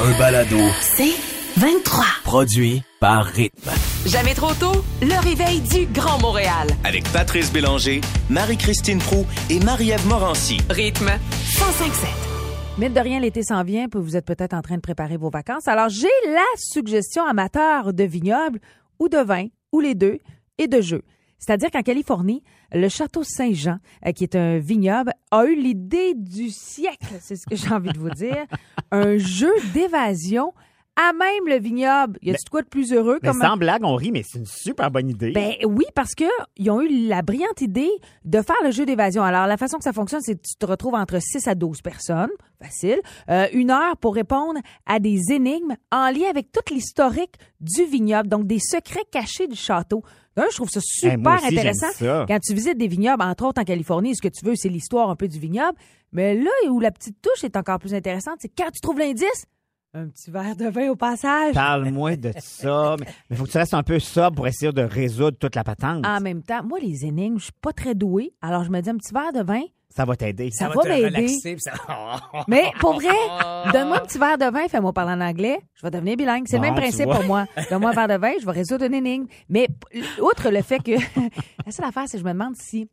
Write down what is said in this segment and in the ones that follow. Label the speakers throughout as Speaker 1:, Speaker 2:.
Speaker 1: Un balado
Speaker 2: C'est 23.
Speaker 1: produit par Rythme.
Speaker 2: Jamais trop tôt, le réveil du Grand Montréal.
Speaker 3: avec Patrice Bélanger, Marie-Christine Prou et Marie-Ève Morancy.
Speaker 2: Rythme 1057.
Speaker 4: Mine de rien, l'été s'en vient, puis vous êtes peut-être en train de préparer vos vacances. Alors, j'ai la suggestion amateur de vignoble ou de vin, ou les deux, et de jeux. C'est-à-dire qu'en Californie, le Château Saint-Jean, euh, qui est un vignoble, a eu l'idée du siècle, c'est ce que j'ai envie de vous dire, un jeu d'évasion à même le vignoble. Y a-tu de quoi de plus heureux?
Speaker 5: Mais
Speaker 4: comme-
Speaker 5: sans blague, on rit, mais c'est une super bonne idée.
Speaker 4: Ben oui, parce que ils ont eu la brillante idée de faire le jeu d'évasion. Alors, la façon que ça fonctionne, c'est que tu te retrouves entre 6 à 12 personnes, facile, euh, une heure pour répondre à des énigmes en lien avec toute l'historique du vignoble, donc des secrets cachés du château. D'un, je trouve ça super
Speaker 5: Hey, moi aussi, j'aime
Speaker 4: intéressant.
Speaker 5: ça.
Speaker 4: Quand tu visites des vignobles, entre autres en Californie, ce que tu veux, c'est l'histoire un peu du vignoble. Mais là où la petite touche est encore plus intéressante, c'est quand tu trouves l'indice, un petit verre de vin au passage.
Speaker 5: Parle-moi de ça. Mais il faut que tu restes un peu sobre pour essayer de résoudre toute la patente.
Speaker 4: En même temps, moi, les énigmes, je suis pas très douée. Alors, je me dis un petit verre de vin,
Speaker 5: Ça va t'aider.
Speaker 4: ça, va, m'aider. Mais pour vrai, donne-moi un petit verre de vin, fais-moi parler en anglais, je vais devenir bilingue. C'est le
Speaker 5: Bon,
Speaker 4: même
Speaker 5: tu
Speaker 4: principe
Speaker 5: vois.
Speaker 4: pour moi. Donne-moi un verre de vin, je vais résoudre une énigme. Mais p- outre le fait que. La seule affaire, c'est que je me demande si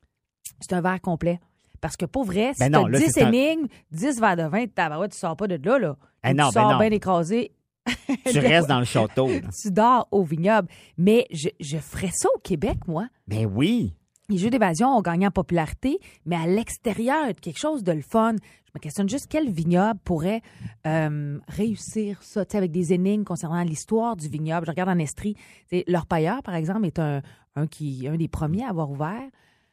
Speaker 4: c'est un verre complet. Parce que pour vrai, si
Speaker 5: Ben
Speaker 4: t'as
Speaker 5: non, là,
Speaker 4: 10
Speaker 5: c'est un-
Speaker 4: énigmes, 10 verres de vin, tabarouette, tu sors pas de là, là.
Speaker 5: Eh
Speaker 4: tu
Speaker 5: non, ben
Speaker 4: sors
Speaker 5: non.
Speaker 4: bien écrasé,
Speaker 5: Tu restes dans le château. là.
Speaker 4: tu dors au vignoble. Mais je, je ferais ça au Québec, moi.
Speaker 5: Ben oui.
Speaker 4: Les jeux d'évasion ont gagné en popularité, mais à l'extérieur, quelque chose de le fun. Je me questionne juste quel vignoble pourrait euh, réussir ça, tu sais, avec des énigmes concernant l'histoire du vignoble. Je regarde en Estrie, tu sais, leur pailleur, par exemple, est un, un qui, un des premiers à avoir ouvert.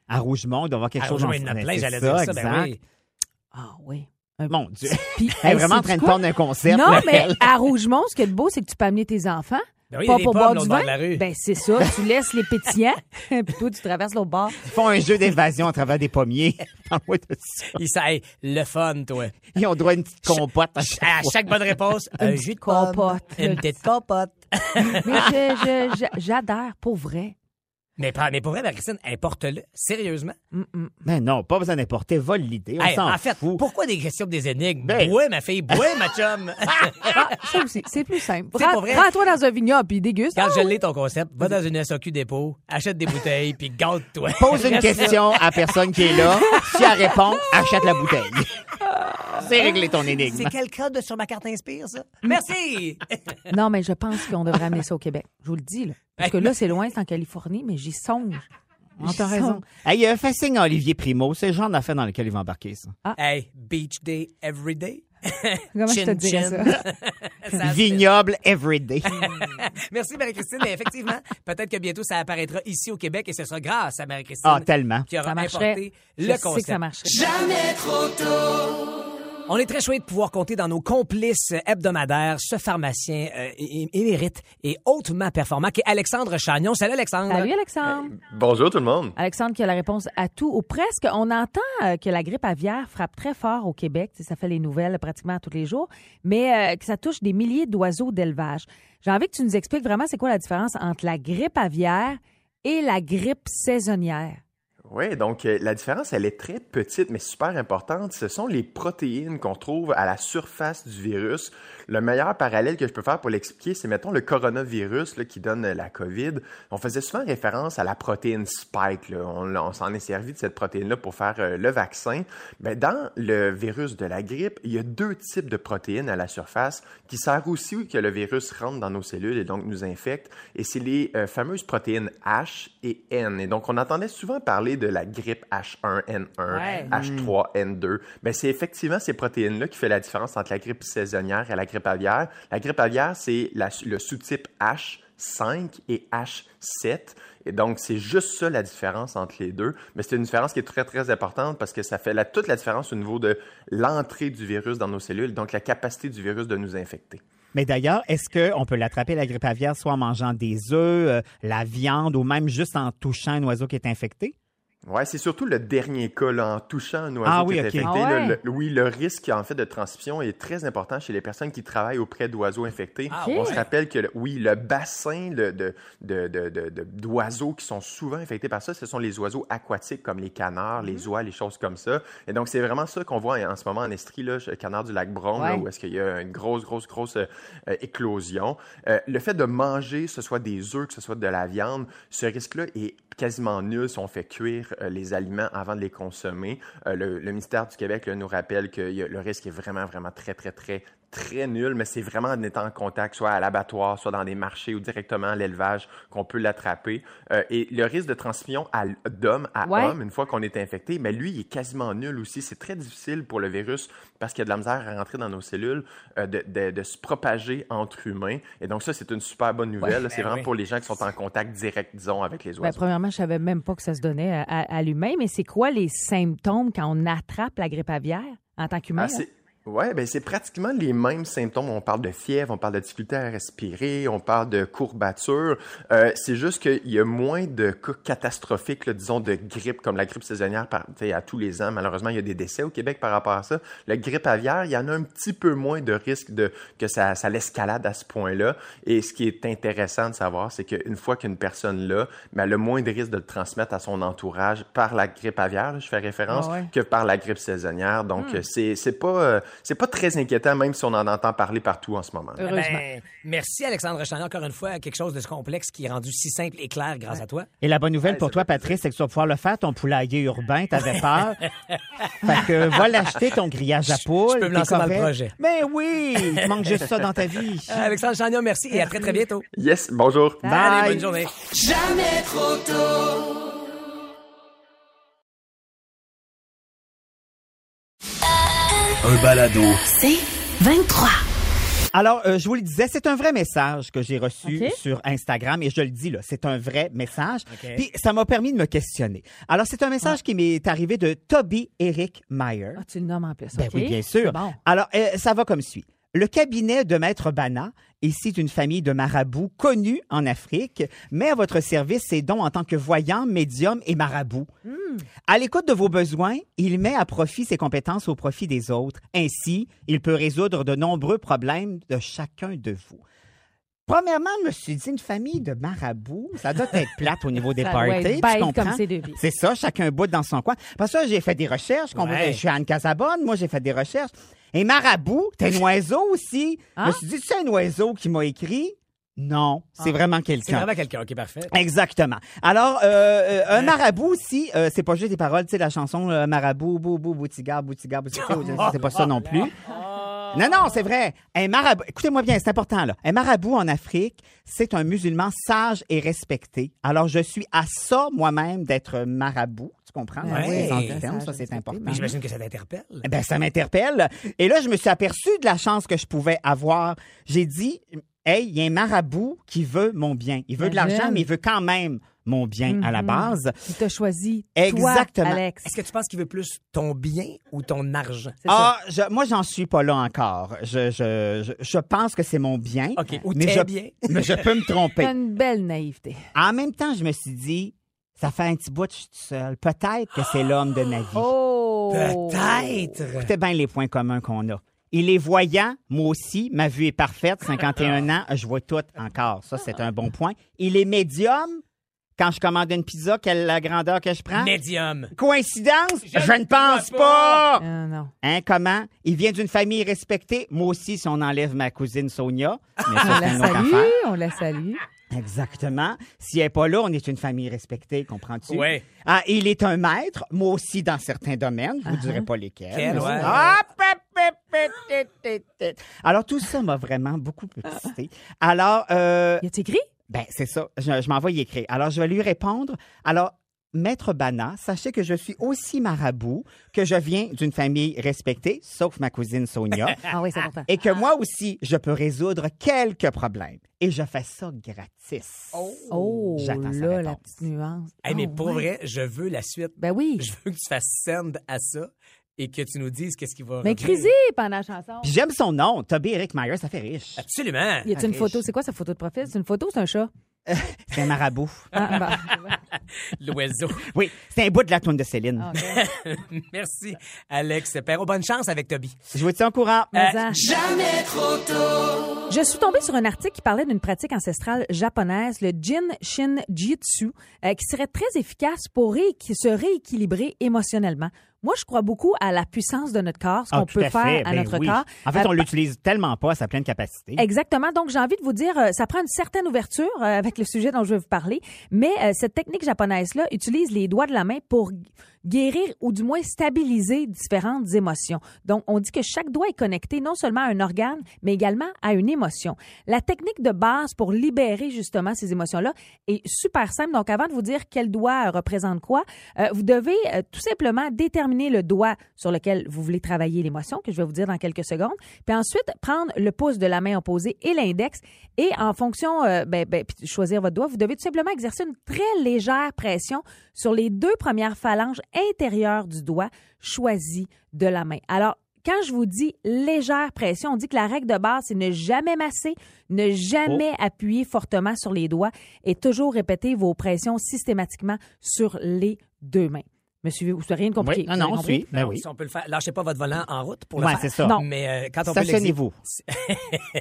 Speaker 5: À Rougemont, il doit y avoir quelque
Speaker 6: Ah,
Speaker 5: chose.
Speaker 6: Rosemary
Speaker 5: en-
Speaker 6: Noplin,
Speaker 5: c'est
Speaker 6: j'allais dire ça,
Speaker 5: exact.
Speaker 6: ben oui.
Speaker 4: Ah oui. Un
Speaker 5: Mon Dieu.
Speaker 4: Puis,
Speaker 5: Elle est
Speaker 4: hey,
Speaker 5: vraiment en
Speaker 4: sais-tu
Speaker 5: train de
Speaker 4: quoi?
Speaker 5: prendre un concept.
Speaker 4: Non,
Speaker 5: là,
Speaker 4: mais
Speaker 5: elle.
Speaker 4: à Rougemont, ce qui est beau, c'est que tu peux amener tes enfants.
Speaker 6: Ben oui, il y a
Speaker 4: pas
Speaker 6: des
Speaker 4: pour
Speaker 6: pommes,
Speaker 4: boire
Speaker 6: l'autre
Speaker 4: du
Speaker 6: bord
Speaker 4: vin.
Speaker 6: de la rue.
Speaker 4: Ben, c'est ça. Tu laisses les pétillants, puis toi, tu traverses l'autre bord.
Speaker 5: Ils font un jeu d'évasion à travers des pommiers. Parle-moi de ça.
Speaker 6: Il sait le fun, toi.
Speaker 5: Ils ont droit à une petite compote. à chaque
Speaker 6: À
Speaker 5: fois.
Speaker 6: chaque bonne réponse, un jus de
Speaker 4: compote.
Speaker 6: pomme, Une petite compote.
Speaker 4: Mais je- je- je- j'adhère pour vrai.
Speaker 6: mais, pas- mais pour vrai, Marie-Christine, importe-le. Sérieusement.
Speaker 4: Mm-mm.
Speaker 5: Mais Ben non, pas besoin d'importer. Vole l'idée. On
Speaker 6: Hey,
Speaker 5: s'en
Speaker 6: en fait,
Speaker 5: fout.
Speaker 6: pourquoi des questions des énigmes?
Speaker 5: Ben-
Speaker 6: Bouais, ma fille, bouais, ma chum.
Speaker 4: Ah, ça aussi, c'est plus simple.
Speaker 6: C'est pas
Speaker 4: Prends-
Speaker 6: vrai.
Speaker 4: Prends-toi dans un vignoble puis déguste.
Speaker 6: Quand je
Speaker 5: oh!
Speaker 6: l'ai, ton concept, va dans une SAQ dépôt, achète des bouteilles, puis garde-toi.
Speaker 5: Pose une question à la personne qui est là. Si elle répond, achète la bouteille. C'est réglé ton énigme.
Speaker 6: C'est quel code sur ma carte Inspire, ça?
Speaker 4: Mm.
Speaker 6: Merci!
Speaker 4: Non, mais je pense qu'on devrait amener ça au Québec. Je vous le dis, là. Parce
Speaker 6: Ben.
Speaker 4: que là, c'est loin, c'est en Californie, mais j'y songe. J'y
Speaker 5: T'as raison.
Speaker 4: songe.
Speaker 5: Hey, il a fait signe à Olivier Primo. C'est le genre d'affaire dans lequel il va embarquer, ça.
Speaker 6: Hey, beach day every day.
Speaker 4: Ah. Comment je te
Speaker 6: Chin,
Speaker 4: dirais
Speaker 6: chin.
Speaker 4: ça?
Speaker 6: Ça-
Speaker 5: Vignoble everyday.
Speaker 6: Merci, Marie-Christine. Mais effectivement, peut-être que bientôt, ça apparaîtra ici au Québec et ce sera grâce à Marie-Christine.
Speaker 5: Ah, tellement.
Speaker 6: Qui aura
Speaker 4: Ça marcherait.
Speaker 6: importé
Speaker 4: Je
Speaker 6: le
Speaker 4: sais
Speaker 6: concept.
Speaker 4: que ça marcherait.
Speaker 6: On est très chouette de pouvoir compter dans nos complices hebdomadaires ce pharmacien euh, é- é- émérite et hautement performant qui est Alexandre Chagnon. Salut, Alexandre.
Speaker 4: Salut, Alexandre.
Speaker 7: Bonjour tout le monde.
Speaker 4: Alexandre qui a la réponse à tout ou presque. On entend euh, que la grippe aviaire frappe très fort au Québec. Tu sais, Ça fait les nouvelles pratiquement tous les jours, mais euh, que ça touche des milliers d'oiseaux d'élevage. J'ai envie que tu nous expliques vraiment c'est quoi la différence entre la grippe aviaire et la grippe saisonnière.
Speaker 7: Oui, donc euh, la différence, elle est très petite, mais super importante. Ce sont les protéines qu'on trouve à la surface du virus. Le meilleur parallèle que je peux faire pour l'expliquer, c'est, mettons, le coronavirus là, qui donne euh, la COVID. On faisait souvent référence à la protéine Spike. là. On, l'a- on s'en est servi de cette protéine-là pour faire euh, le vaccin. Mais dans le virus de la grippe, il y a deux types de protéines à la surface qui servent aussi que le virus rentre dans nos cellules et donc nous infecte. Et c'est les euh, fameuses protéines H et N. Et donc, on entendait souvent parler de la grippe H1N1,
Speaker 4: Ouais.
Speaker 7: H3N2. Mais c'est effectivement ces protéines-là qui fait la différence entre la grippe saisonnière et la grippe aviaire. La grippe aviaire, c'est la- le sous-type H5 et H7. Et donc, c'est juste ça la différence entre les deux. Mais c'est une différence qui est très, très importante parce que ça fait la- toute la différence au niveau de l'entrée du virus dans nos cellules, donc la capacité du virus de nous infecter.
Speaker 5: Mais d'ailleurs, est-ce qu'on peut l'attraper, la grippe aviaire, soit en mangeant des œufs, euh, la viande ou même juste en touchant un oiseau qui est infecté?
Speaker 7: Ouais, c'est surtout le dernier cas, là, en touchant un oiseau
Speaker 8: Ah
Speaker 7: qui
Speaker 8: oui,
Speaker 7: est
Speaker 8: ok.
Speaker 7: infecté.
Speaker 4: Ah ouais.
Speaker 7: là, le, oui, le risque en fait de transmission est très important chez les personnes qui travaillent auprès d'oiseaux infectés.
Speaker 6: Ah
Speaker 7: On
Speaker 6: ouais.
Speaker 7: se rappelle que, le- oui, le bassin de- de- de- de- de- de- d'oiseaux qui sont souvent infectés par ça, ce sont les oiseaux aquatiques comme les canards,
Speaker 4: Mm-hmm.
Speaker 7: les oies, les choses comme ça. Et donc, c'est vraiment ça qu'on voit en ce moment en Estrie, là, le canard du lac Brome, là,
Speaker 4: Ouais.
Speaker 7: où est-ce qu'il y a une grosse, grosse, grosse euh, euh, éclosion. Euh, le fait de manger, que ce soit des œufs, que ce soit de la viande, ce risque-là est quasiment nul si on fait cuire euh, les aliments avant de les consommer. Euh, le, le ministère du Québec là, nous rappelle que y a- le risque est vraiment, vraiment très, très, très, très nul, mais c'est vraiment en étant en contact, soit à l'abattoir, soit dans des marchés ou directement à l'élevage, qu'on peut l'attraper. Euh, et le risque de transmission à l- d'homme à
Speaker 4: Ouais.
Speaker 7: homme, une fois qu'on est infecté, mais lui, il est quasiment nul aussi. C'est très difficile pour le virus parce qu'il y a de la misère à rentrer dans nos cellules, euh, de, de- de se propager entre humains. Et donc ça, c'est une super bonne nouvelle. là. c'est
Speaker 6: ben
Speaker 7: vraiment
Speaker 6: oui.
Speaker 7: pour les gens qui sont en contact direct, disons, avec les
Speaker 4: Ben,
Speaker 7: oiseaux.
Speaker 4: premièrement, je savais même pas que ça se donnait à, à- à l'humain, mais c'est quoi les symptômes quand on attrape la grippe aviaire en tant qu'humain?
Speaker 7: Ah,
Speaker 4: là?
Speaker 7: c'est- Ouais, ben c'est pratiquement les mêmes symptômes. On parle de fièvre, on parle de difficulté à respirer, on parle de courbature. Euh, c'est juste qu'il y a moins de cas catastrophiques, là, disons, de grippe, comme la grippe saisonnière par, tu sais, à tous les ans. Malheureusement, il y a des décès au Québec par rapport à ça. La grippe aviaire, il y en a un petit peu moins de risque de que ça, ça l'escalade à ce point-là. Et ce qui est intéressant de savoir, c'est qu'une fois qu'une personne l'a, ben, elle a moins de risque de le transmettre à son entourage par la grippe aviaire, là, je fais référence,
Speaker 4: Ah ouais. Hmm.
Speaker 7: que par la grippe saisonnière. Donc, euh, c'est c'est pas, euh, c'est pas très inquiétant, même si on en entend parler partout en ce moment.
Speaker 4: Heureusement.
Speaker 6: Ben, merci Alexandre Chagnon, encore une fois, quelque chose de ce complexe qui est rendu si simple et clair grâce à
Speaker 4: Euh,
Speaker 6: toi.
Speaker 8: Et la bonne nouvelle pour toi, Patrice, c'est que tu vas pouvoir le faire, ton poulailler urbain. T'avais peur. fait que va l'acheter, ton grillage à poule.
Speaker 6: je peux me
Speaker 8: t'es
Speaker 6: lancer dans le
Speaker 8: correct.
Speaker 6: projet.
Speaker 8: Mais oui, il te manque juste ça dans ta vie.
Speaker 6: Euh, Alexandre Chagnon, merci et à très très bientôt.
Speaker 7: Yes, bonjour.
Speaker 6: Allez, bonne journée.
Speaker 1: un balado,
Speaker 2: 23.
Speaker 8: Alors, euh, je vous le disais, c'est un vrai message que j'ai reçu
Speaker 4: Ok.
Speaker 8: sur Instagram et je le dis là, c'est un vrai message. Puis ça m'a permis de me questionner. Alors, c'est un message
Speaker 6: Ah.
Speaker 8: qui m'est arrivé de Toby Eric Meyer.
Speaker 4: Ah, tu le nommes en plus.
Speaker 8: Ben
Speaker 4: ok.
Speaker 8: oui, bien sûr.
Speaker 4: C'est bon.
Speaker 8: Alors, euh, ça va comme suit. Le cabinet de Maître Bana ici d'une famille de marabouts connue en Afrique, met à votre service ses dons en tant que voyant, médium et marabout.
Speaker 4: Hmm.
Speaker 8: À l'écoute de vos besoins, il met à profit ses compétences au profit des autres. Ainsi, il peut résoudre de nombreux problèmes de chacun de vous. Premièrement, je me suis dit, une famille de marabouts, ça doit être plate au niveau des
Speaker 4: Ça doit
Speaker 8: parties,
Speaker 4: être
Speaker 8: tu
Speaker 4: bête comme
Speaker 8: comprends?
Speaker 4: c'est de vie.
Speaker 8: C'est ça, chacun bout dans son coin. Parce que là, j'ai fait des recherches. qu'on-
Speaker 6: Ouais.
Speaker 8: Je suis Anne Casabonne, moi, j'ai fait des recherches. Et Marabout, t'es un oiseau aussi. Je me
Speaker 6: Ah.
Speaker 8: suis dit, c'est un oiseau qui m'a écrit? Non, c'est vraiment
Speaker 6: Ah. C'est
Speaker 8: quelqu'un.
Speaker 6: vraiment quelqu'un, ok, parfait.
Speaker 8: Exactement. Alors, euh, euh, un marabout aussi, euh, c'est pas juste des paroles, tu sais, la chanson euh, Marabout, bou, bou, boutigard, boutigard, boutigard, c'est pas ça non plus. Non, non, c'est vrai. Un marabout, écoutez-moi bien, c'est important là. Un marabout en Afrique, c'est un musulman sage et respecté. Alors, je suis à ça moi-même d'être marabout, tu comprends?
Speaker 4: Ouais.
Speaker 8: C'est dans le
Speaker 6: Ouais.
Speaker 8: terme,
Speaker 4: Sage
Speaker 8: ça
Speaker 4: et
Speaker 8: c'est
Speaker 4: respecté,
Speaker 8: important.
Speaker 6: Mais j'imagine que ça t'interpelle.
Speaker 8: Eh Ben, ça m'interpelle. Et là, je me suis aperçu de la chance que je pouvais avoir. J'ai dit, hey, il y a un marabout qui veut mon bien. Il veut de
Speaker 4: Imagine.
Speaker 8: l'argent, mais il veut quand même mon bien à la
Speaker 4: Mm-hmm.
Speaker 8: base.
Speaker 4: Hmm. Il t'a choisi.
Speaker 8: Exactement.
Speaker 4: Toi, Alex.
Speaker 6: Est-ce que tu penses qu'il veut plus ton bien ou ton argent?
Speaker 4: C'est ça.
Speaker 8: Ah, je- moi, j'en suis pas là encore. Je, je, je, je pense que c'est mon bien.
Speaker 6: OK, ou
Speaker 8: mais
Speaker 6: très
Speaker 8: je,
Speaker 6: bien.
Speaker 8: mais je peux me tromper.
Speaker 4: T'as une belle naïveté.
Speaker 8: En même temps, je me suis dit, ça fait un petit bout, je suis tout seul. Peut-être que c'est l'homme de ma vie.
Speaker 4: Oh!
Speaker 6: Peut-être.
Speaker 8: Écoutez bien les points communs qu'on a. Il est voyant, moi aussi, ma vue est parfaite, 51 ans, je vois tout encore. Ça, c'est un bon point. Il est médium. Quand je commande une pizza, quelle est la grandeur que je
Speaker 4: Oh.
Speaker 8: prends?
Speaker 6: Médium.
Speaker 8: Coïncidence? Je, ne pense pas!
Speaker 4: Euh, non.
Speaker 8: Hein, comment? Il vient d'une famille respectée. Moi aussi, si on enlève ma cousine Sonia. Mais ça,
Speaker 4: On
Speaker 8: c'est
Speaker 4: la
Speaker 8: Ah, une autre
Speaker 4: salue,
Speaker 8: affaire.
Speaker 4: on la salue.
Speaker 8: Exactement. S'il n'est pas là, on est une famille respectée, comprends-tu?
Speaker 6: Ouais.
Speaker 8: Ah, il est un maître, moi aussi dans certains domaines, je vous dirai pas lesquels.
Speaker 6: Quel,
Speaker 8: mais-
Speaker 6: ouais.
Speaker 8: Ah, pep, pep, pep, tit, tit, tit. Alors, tout ça m'a vraiment beaucoup excité. Alors, euh,
Speaker 4: Y a-tu écrit?
Speaker 8: ben, c'est ça, je, je m'en vais y écrire. Alors, je vais lui répondre. Alors, Maître Bana, sachez que je suis aussi marabout, que je viens d'une famille respectée, sauf ma cousine Sonia.
Speaker 4: Ah oui, c'est important.
Speaker 8: Et que moi aussi, je peux résoudre quelques problèmes. Et je fais ça gratis.
Speaker 4: Oh,
Speaker 8: J'attends sa
Speaker 4: là, la
Speaker 8: réponse.
Speaker 4: petite nuance.
Speaker 6: Hey, Eh, mais
Speaker 4: Oh,
Speaker 6: pour
Speaker 4: ouais.
Speaker 6: vrai, je veux la suite.
Speaker 4: Ben oui.
Speaker 6: Je veux que tu fasses send à ça et que tu nous dises qu'est-ce qui va.
Speaker 4: Mais
Speaker 6: revenir.
Speaker 4: crisé pendant la chanson.
Speaker 8: Puis j'aime son nom, Toby Eric Meyer, ça fait riche.
Speaker 6: Absolument.
Speaker 4: Y a-tu une
Speaker 8: riche.
Speaker 4: photo? C'est quoi sa photo de profil? C'est une photo ou c'est un chat?
Speaker 8: C'est un marabout.
Speaker 4: Ah, bon.
Speaker 6: L'oiseau.
Speaker 8: Oui, c'est un bout de la toune de Céline.
Speaker 4: Ah,
Speaker 6: Merci, Alex Perrault. Bonne chance avec Toby.
Speaker 8: Je vous tiens au courant.
Speaker 4: Mais en- Je suis tombée sur un article qui parlait d'une pratique ancestrale japonaise, le Jin Shin Jitsu, euh, qui serait très efficace pour ré- qui se rééquilibrer émotionnellement. Moi, je crois beaucoup à la puissance de notre corps, ce
Speaker 8: Ah,
Speaker 4: qu'on
Speaker 8: tout
Speaker 4: peut
Speaker 8: fait,
Speaker 4: faire à
Speaker 8: ben
Speaker 4: notre
Speaker 8: oui.
Speaker 4: corps.
Speaker 8: En fait,
Speaker 4: Euh,
Speaker 8: on l'utilise tellement pas à sa pleine capacité.
Speaker 4: Exactement. Donc, j'ai envie de vous dire, euh, ça prend une certaine ouverture euh, avec le sujet dont je vais vous parler, mais euh, cette technique japonaise-là utilise les doigts de la main pour gu- guérir ou du moins stabiliser différentes émotions. Donc, on dit que chaque doigt est connecté non seulement à un organe, mais également à une émotion. La technique de base pour libérer justement ces émotions-là est super simple. Donc, avant de vous dire quel doigt euh, représente quoi, euh, vous devez euh, tout simplement déterminer le doigt sur lequel vous voulez travailler l'émotion, que je vais vous dire dans quelques secondes, puis ensuite prendre le pouce de la main opposée et l'index, et en fonction, euh, ben, ben, puis choisir votre doigt, vous devez tout simplement exercer une très légère pression sur les deux premières phalanges intérieures du doigt choisi de la main. Alors, quand je vous dis légère pression, on dit que la règle de base, c'est ne jamais masser, ne jamais
Speaker 8: Oh.
Speaker 4: appuyer fortement sur les doigts et toujours répéter vos pressions systématiquement sur les deux mains. Me suivez-vous? C'est rien de compliqué.
Speaker 8: Oui, non,
Speaker 4: vous
Speaker 8: non,
Speaker 4: avez
Speaker 8: on
Speaker 4: compris?
Speaker 8: suit. Ben oui.
Speaker 6: Si on peut le faire, lâchez pas votre volant en route pour le
Speaker 8: Ouais,
Speaker 6: faire.
Speaker 8: c'est ça.
Speaker 4: Non.
Speaker 6: Mais euh, quand on peut l'exi-
Speaker 8: Stationnez-vous.
Speaker 6: Eh.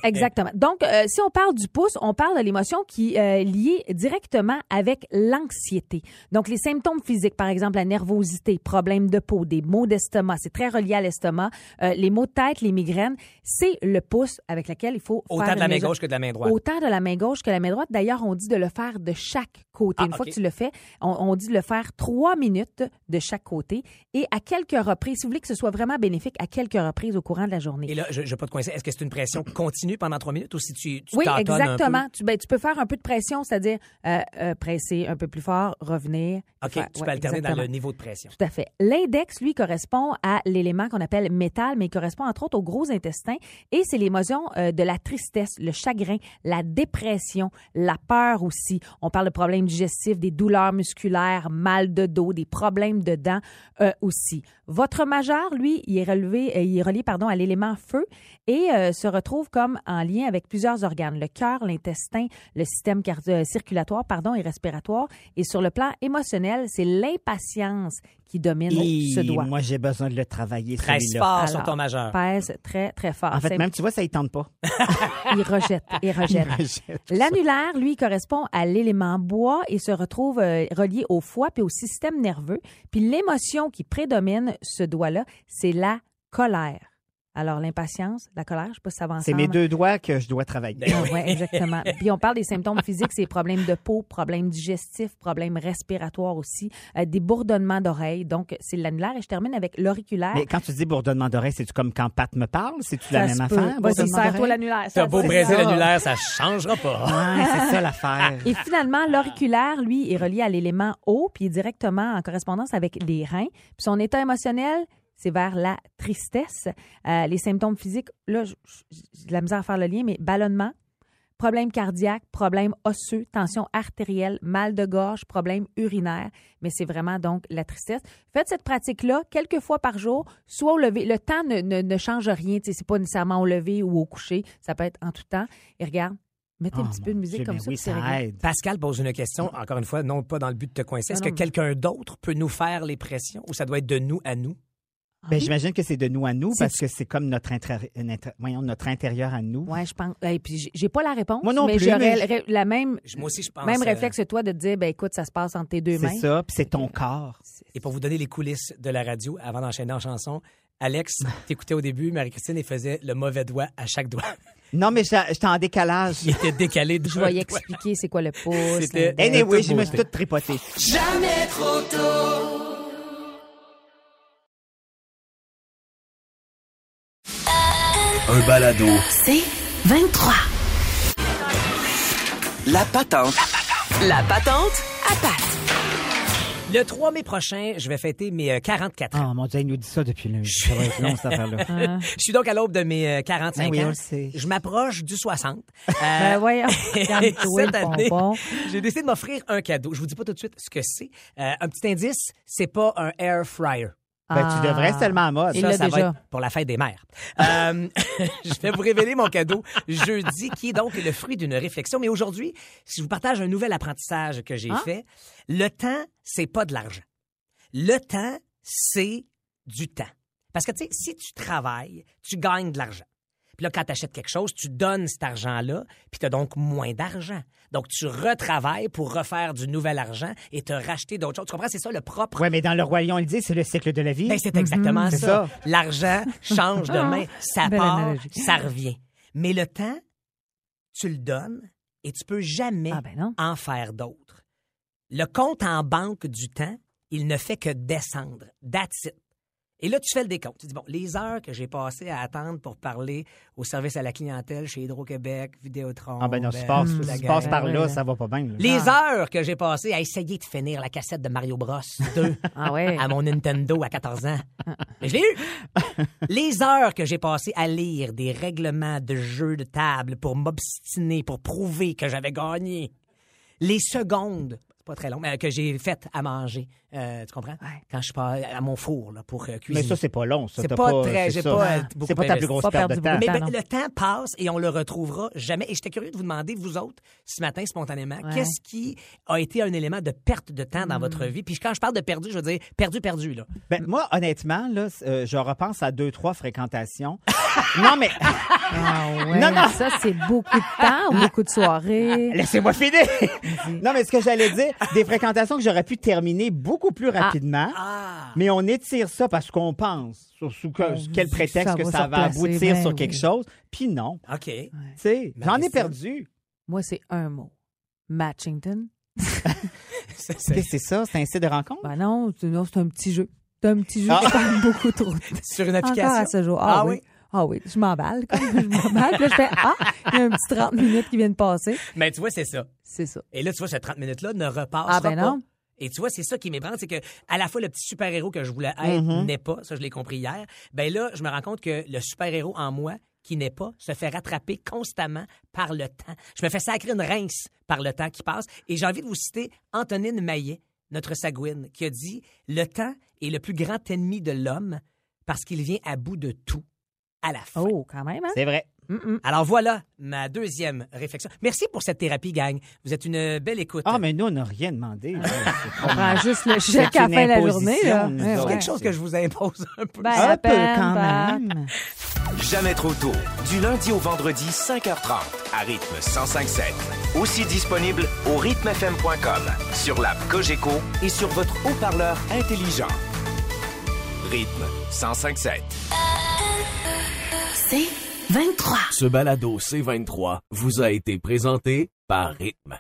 Speaker 4: Exactement. Donc, euh, si on parle du pouce, on parle de l'émotion qui euh, est liée directement avec l'anxiété. Donc, les symptômes physiques, par exemple, la nervosité, problème de peau, des maux d'estomac, c'est très relié à l'estomac, euh, les maux de tête, les migraines, c'est le pouce avec lequel il faut
Speaker 6: Autant
Speaker 4: faire
Speaker 6: de la
Speaker 4: une
Speaker 6: main
Speaker 4: légère-
Speaker 6: gauche que de la main droite.
Speaker 4: Autant de la main gauche que la main droite. D'ailleurs, on dit de le faire de chaque côté.
Speaker 6: Ah,
Speaker 4: Une fois
Speaker 6: ok.
Speaker 4: que tu le fais, on, on dit de le faire trois minutes de chaque côté et à quelques reprises, si vous voulez que ce soit vraiment bénéfique, à quelques reprises au courant de la journée.
Speaker 6: Et là, je ne vais pas te coincer. Est-ce que c'est une pression continue pendant trois minutes ou si tu, tu
Speaker 4: Oui,
Speaker 6: tâtonnes
Speaker 4: exactement.
Speaker 6: un
Speaker 4: Tu, ben, tu peux faire un peu de pression, c'est-à-dire euh, euh, presser un peu plus fort, revenir.
Speaker 6: peu? OK,
Speaker 4: Faire-
Speaker 6: tu
Speaker 4: ouais,
Speaker 6: peux alterner dans
Speaker 4: exactement.
Speaker 6: le niveau de pression.
Speaker 4: Tout à fait. L'index, lui, correspond à l'élément qu'on appelle métal, mais il correspond entre autres au gros intestin. Et c'est l'émotion euh, de la tristesse, le chagrin, la dépression, la peur aussi. On parle de problèmes digestifs, des douleurs musculaires, mal de dos, des problèmes de dents euh, aussi. Votre majeur, lui, il est relevé, euh, il est relié pardon à l'élément feu et euh, se retrouve comme en lien avec plusieurs organes le cœur, l'intestin, le système cardio- euh, circulatoire, pardon, et respiratoire. Et sur le plan émotionnel, c'est l'impatience qui domine
Speaker 8: Et
Speaker 4: ce doigt.
Speaker 8: moi, j'ai besoin de le travailler,
Speaker 6: Presse
Speaker 8: celui-là.
Speaker 6: fort
Speaker 4: Alors,
Speaker 6: sur ton majeur.
Speaker 4: Pèse très très fort.
Speaker 8: En fait,
Speaker 4: C'est-
Speaker 8: même, tu vois, ça ne tente pas.
Speaker 4: il rejette, il rejette. L'annulaire, lui, correspond à l'élément bois et se retrouve euh, relié au foie puis au système nerveux. Puis l'émotion qui prédomine ce doigt-là, c'est la colère. Alors l'impatience, la colère, je sais pas si ça va
Speaker 8: C'est
Speaker 4: ensemble.
Speaker 8: mes deux doigts que je dois travailler.
Speaker 4: Ah ouais, exactement. Puis on parle des symptômes physiques, c'est problèmes de peau, problèmes digestifs, problèmes respiratoires aussi, euh, des bourdonnements d'oreilles. Donc, c'est l'annulaire. Et je termine avec l'auriculaire.
Speaker 8: Mais quand tu dis bourdonnement d'oreille, c'est-tu comme quand Pat me parle? C'est-tu la
Speaker 4: Ah. Ça
Speaker 8: même
Speaker 4: se peut. Vas-y,
Speaker 8: affaire? bourdonnement
Speaker 4: serre-toi
Speaker 8: d'oreille?
Speaker 4: l'annulaire.
Speaker 6: T'as
Speaker 4: serre-toi
Speaker 6: beau braiser
Speaker 4: l'annulaire.
Speaker 6: l'annulaire, ça changera pas.
Speaker 8: Ouais, c'est ça l'affaire.
Speaker 4: Et finalement, l'auriculaire, lui, est relié à l'élément eau, puis est directement en correspondance avec les reins. Puis son état émotionnel, c'est vers la tristesse. Euh, les symptômes physiques, là, j- j- j'ai de la misère à faire le lien, mais ballonnement, problème cardiaque, problème osseux, tension artérielle, mal de gorge, problème urinaire. Mais c'est vraiment donc la tristesse. Faites cette pratique-là quelques fois par jour, soit au lever. Le temps ne, ne- ne change rien. Tu sais, C'est pas nécessairement au lever ou au coucher. Ça peut être en tout temps. Et regarde, mettez
Speaker 8: Oh,
Speaker 4: un petit peu de
Speaker 8: mon
Speaker 4: musique
Speaker 8: Dieu,
Speaker 4: comme
Speaker 8: mais
Speaker 4: ça.
Speaker 8: Oui,
Speaker 4: puis c'est réglé.
Speaker 8: ça aide.
Speaker 6: Pascal pose une question, encore une fois, non pas dans le but de te coincer. Est-ce
Speaker 4: Non,
Speaker 6: que
Speaker 4: non.
Speaker 6: quelqu'un d'autre peut nous faire les pressions ou ça doit être de nous à nous?
Speaker 8: Ben, J'imagine que c'est de nous à nous
Speaker 4: Ah. C'est-
Speaker 8: parce que c'est comme notre, intra- un intra- voyons, notre intérieur à nous.
Speaker 4: Ouais, je pense. Et puis j'ai- j'ai pas la réponse.
Speaker 8: Moi non
Speaker 4: mais
Speaker 8: plus,
Speaker 4: j'aurais
Speaker 8: mais-
Speaker 4: le ré- la même
Speaker 6: Je- Moi aussi, je pense.
Speaker 4: même
Speaker 6: euh,
Speaker 4: réflexe que toi de te dire ben écoute ça se passe entre tes deux mains.
Speaker 8: C'est ça, puis c'est ton corps.
Speaker 6: Et pour vous donner les coulisses de la radio, avant d'enchaîner en chanson, Alex, t'écoutais au début, Marie-Christine, elle faisait le mauvais doigt à chaque doigt.
Speaker 8: Non, mais j'a- j'étais en décalage.
Speaker 6: Il était décalé de
Speaker 4: Je voyais expliquer c'est quoi le pouce. hein.
Speaker 6: C'était-
Speaker 4: l'index.
Speaker 8: Anyway, je me suis toute tripotée.
Speaker 1: Un balado.
Speaker 2: C'est 23.
Speaker 3: La patente.
Speaker 2: La patente à patte.
Speaker 6: Le 3 mai prochain, je vais fêter mes euh, 44 ans.
Speaker 8: Oh mon Dieu, il nous dit ça depuis lundi. Ça va être long, cette affaire-là.
Speaker 4: Ah.
Speaker 6: Je suis donc à l'aube de mes euh, 45
Speaker 8: Ben oui, on
Speaker 6: ans.
Speaker 8: le sait.
Speaker 6: Je m'approche du 60. Euh,
Speaker 4: Ben voyons, calme-toi,
Speaker 6: cette année,
Speaker 4: le pompon.
Speaker 6: j'ai décidé de m'offrir un cadeau. Je vous dis pas tout de suite ce que c'est. Euh, un petit indice, c'est pas un air fryer.
Speaker 8: Ben, tu devrais, c'est tellement à mode.
Speaker 4: Il
Speaker 6: Ça,
Speaker 4: l'a
Speaker 6: ça
Speaker 4: déjà.
Speaker 6: va être pour la fête des mères. Euh, je vais vous révéler mon cadeau jeudi, qui est donc le fruit d'une réflexion. Mais aujourd'hui, si je vous partage un nouvel apprentissage que j'ai fait, le temps, c'est pas de l'argent. Le temps, c'est du temps. Parce que, tu sais, si tu travailles, tu gagnes de l'argent. Puis là, quand tu achètes quelque chose, tu donnes cet argent-là, puis tu as donc moins d'argent. Donc, tu retravailles pour refaire du nouvel argent et te racheter d'autres choses. Tu comprends? C'est ça le propre
Speaker 8: Oui, mais dans le royaume, on le dit, c'est le cycle de la vie.
Speaker 6: ben,
Speaker 4: Mhm.
Speaker 6: c'est exactement
Speaker 8: C'est
Speaker 6: ça.
Speaker 8: ça.
Speaker 6: L'argent change de main, ça
Speaker 4: Ah, Belle
Speaker 6: part,
Speaker 4: analogie.
Speaker 6: ça revient. Mais le temps, tu le donnes et tu peux jamais
Speaker 4: Ah, ben non.
Speaker 6: en faire d'autres. Le compte en banque du temps, il ne fait que descendre. That's it. Et là, tu fais le décompte. Tu dis, bon, les heures que j'ai passées à attendre pour parler au service à la clientèle chez Hydro-Québec, Vidéotron.
Speaker 8: Ah ben non, si tu
Speaker 6: Bell,
Speaker 8: passes,
Speaker 6: la
Speaker 8: si tu
Speaker 6: gang.
Speaker 8: passes par Ah.
Speaker 4: Ouais,
Speaker 8: là,
Speaker 4: ouais.
Speaker 8: ça va pas
Speaker 4: Hum.
Speaker 8: bien. là.
Speaker 6: Les heures que j'ai passées à essayer de finir la cassette de Mario Bros 2
Speaker 4: Ah ouais.
Speaker 6: à mon Nintendo à 14 ans. Mais je l'ai eu. Les heures que j'ai passées à lire des règlements de jeux de table pour m'obstiner, pour prouver que j'avais gagné. Les secondes, c'est pas très long, mais euh, que j'ai faites à manger. Euh, tu comprends? Quand je suis pas à mon four là, pour euh,
Speaker 8: Mais
Speaker 6: cuisiner.
Speaker 8: ça, c'est pas long. ça.
Speaker 6: C'est
Speaker 8: T'as
Speaker 6: pas très-
Speaker 8: c'est
Speaker 6: j'ai
Speaker 8: ça.
Speaker 6: pas, euh, beaucoup
Speaker 8: C'est pas ta plus
Speaker 6: investi.
Speaker 8: grosse
Speaker 4: Pas
Speaker 8: perte de
Speaker 4: perdu
Speaker 8: temps.
Speaker 4: beaucoup
Speaker 6: mais
Speaker 4: Ah,
Speaker 6: ben,
Speaker 4: non.
Speaker 6: le temps passe et on le retrouvera jamais. Et j'étais curieux de vous demander, vous autres, ce matin, spontanément,
Speaker 4: Ouais.
Speaker 6: qu'est-ce qui a été un élément de perte de temps dans
Speaker 8: Hmm.
Speaker 6: votre vie? Puis quand je parle de perdu, je veux dire perdu, perdu. Là.
Speaker 8: Ben, moi, honnêtement, là, c- euh, je repense à deux, trois fréquentations. non, mais
Speaker 4: Ah ouais.
Speaker 8: Non, non.
Speaker 4: Ça, c'est beaucoup de temps ou beaucoup de soirées.
Speaker 8: laissez-moi finir. non, mais ce que j'allais dire, des fréquentations que j'aurais pu terminer beaucoup plus
Speaker 4: Ah.
Speaker 8: rapidement, mais on étire ça parce qu'on pense sur sous que-
Speaker 4: vous
Speaker 8: quel
Speaker 4: dit que
Speaker 8: prétexte
Speaker 4: ça
Speaker 8: que
Speaker 4: va
Speaker 8: ça
Speaker 4: se
Speaker 8: va
Speaker 4: replacer,
Speaker 8: aboutir
Speaker 4: ben
Speaker 8: sur quelque
Speaker 4: oui.
Speaker 8: chose. Puis non,
Speaker 6: Ah, OK.
Speaker 8: tu sais,
Speaker 6: Ben,
Speaker 8: j'en ai
Speaker 6: c'est ça.
Speaker 8: perdu.
Speaker 4: Moi, c'est un mot. Matchington.
Speaker 8: Qu'est-ce que C'est ça, c'est un site de rencontre.
Speaker 4: Ben non, c'est non, c'est un petit jeu. C'est un petit jeu
Speaker 8: Ah.
Speaker 4: qui prend beaucoup trop de temps.
Speaker 6: Sur une
Speaker 4: Encore
Speaker 6: application.
Speaker 4: à ce jour. Ah,
Speaker 6: Ah
Speaker 4: oui.
Speaker 6: oui?
Speaker 4: Ah oui, je m'emballe. Comme je m'emballe. Puis là, je fais Ah, il y a un petit 30 minutes qui vient de passer.
Speaker 6: Mais tu vois, c'est ça.
Speaker 4: C'est ça.
Speaker 6: Et là, tu vois, ce 30 minutes-là ne repassera
Speaker 4: Ah, ben non.
Speaker 6: pas. Et tu vois, c'est ça qui m'ébranle, c'est que à la fois le petit super-héros que je voulais être
Speaker 4: Mm-hmm.
Speaker 6: n'est pas, ça je l'ai compris hier. Ben là, je me rends compte que le super-héros en moi qui n'est pas se fait rattraper constamment par le temps. Je me fais sacrer une rince par le temps qui passe et j'ai envie de vous citer Antonine Maillet, notre sagouine, qui a dit "Le temps est le plus grand ennemi de l'homme parce qu'il vient à bout de tout à la fin."
Speaker 4: Oh, quand même, hein?
Speaker 8: C'est vrai.
Speaker 6: Alors voilà ma deuxième réflexion. Merci pour cette thérapie, gang. Vous êtes une belle écoute.
Speaker 4: ben.
Speaker 8: Ah, mais nous, on n'a rien demandé. là. C'est
Speaker 4: On
Speaker 8: pas-
Speaker 4: prend juste le
Speaker 8: C'est
Speaker 4: chèque à la
Speaker 8: une
Speaker 4: fin de la
Speaker 8: imposition,
Speaker 4: journée. Là.
Speaker 8: nous
Speaker 4: Ouais,
Speaker 8: autres.
Speaker 6: C'est
Speaker 4: ouais.
Speaker 6: quelque chose que je vous impose un peu.
Speaker 4: Ben,
Speaker 8: Un
Speaker 4: la
Speaker 8: peu
Speaker 4: peine,
Speaker 8: quand
Speaker 4: ben.
Speaker 8: même.
Speaker 3: Jamais trop tôt. Du lundi au vendredi, 5h30, à rythme 105.7. Aussi disponible au rythmefm.com, sur l'app Cogeco et sur votre haut-parleur intelligent. Rythme 105.7.
Speaker 2: C'est 23.
Speaker 1: Ce balado C23 vous a été présenté par Rythme.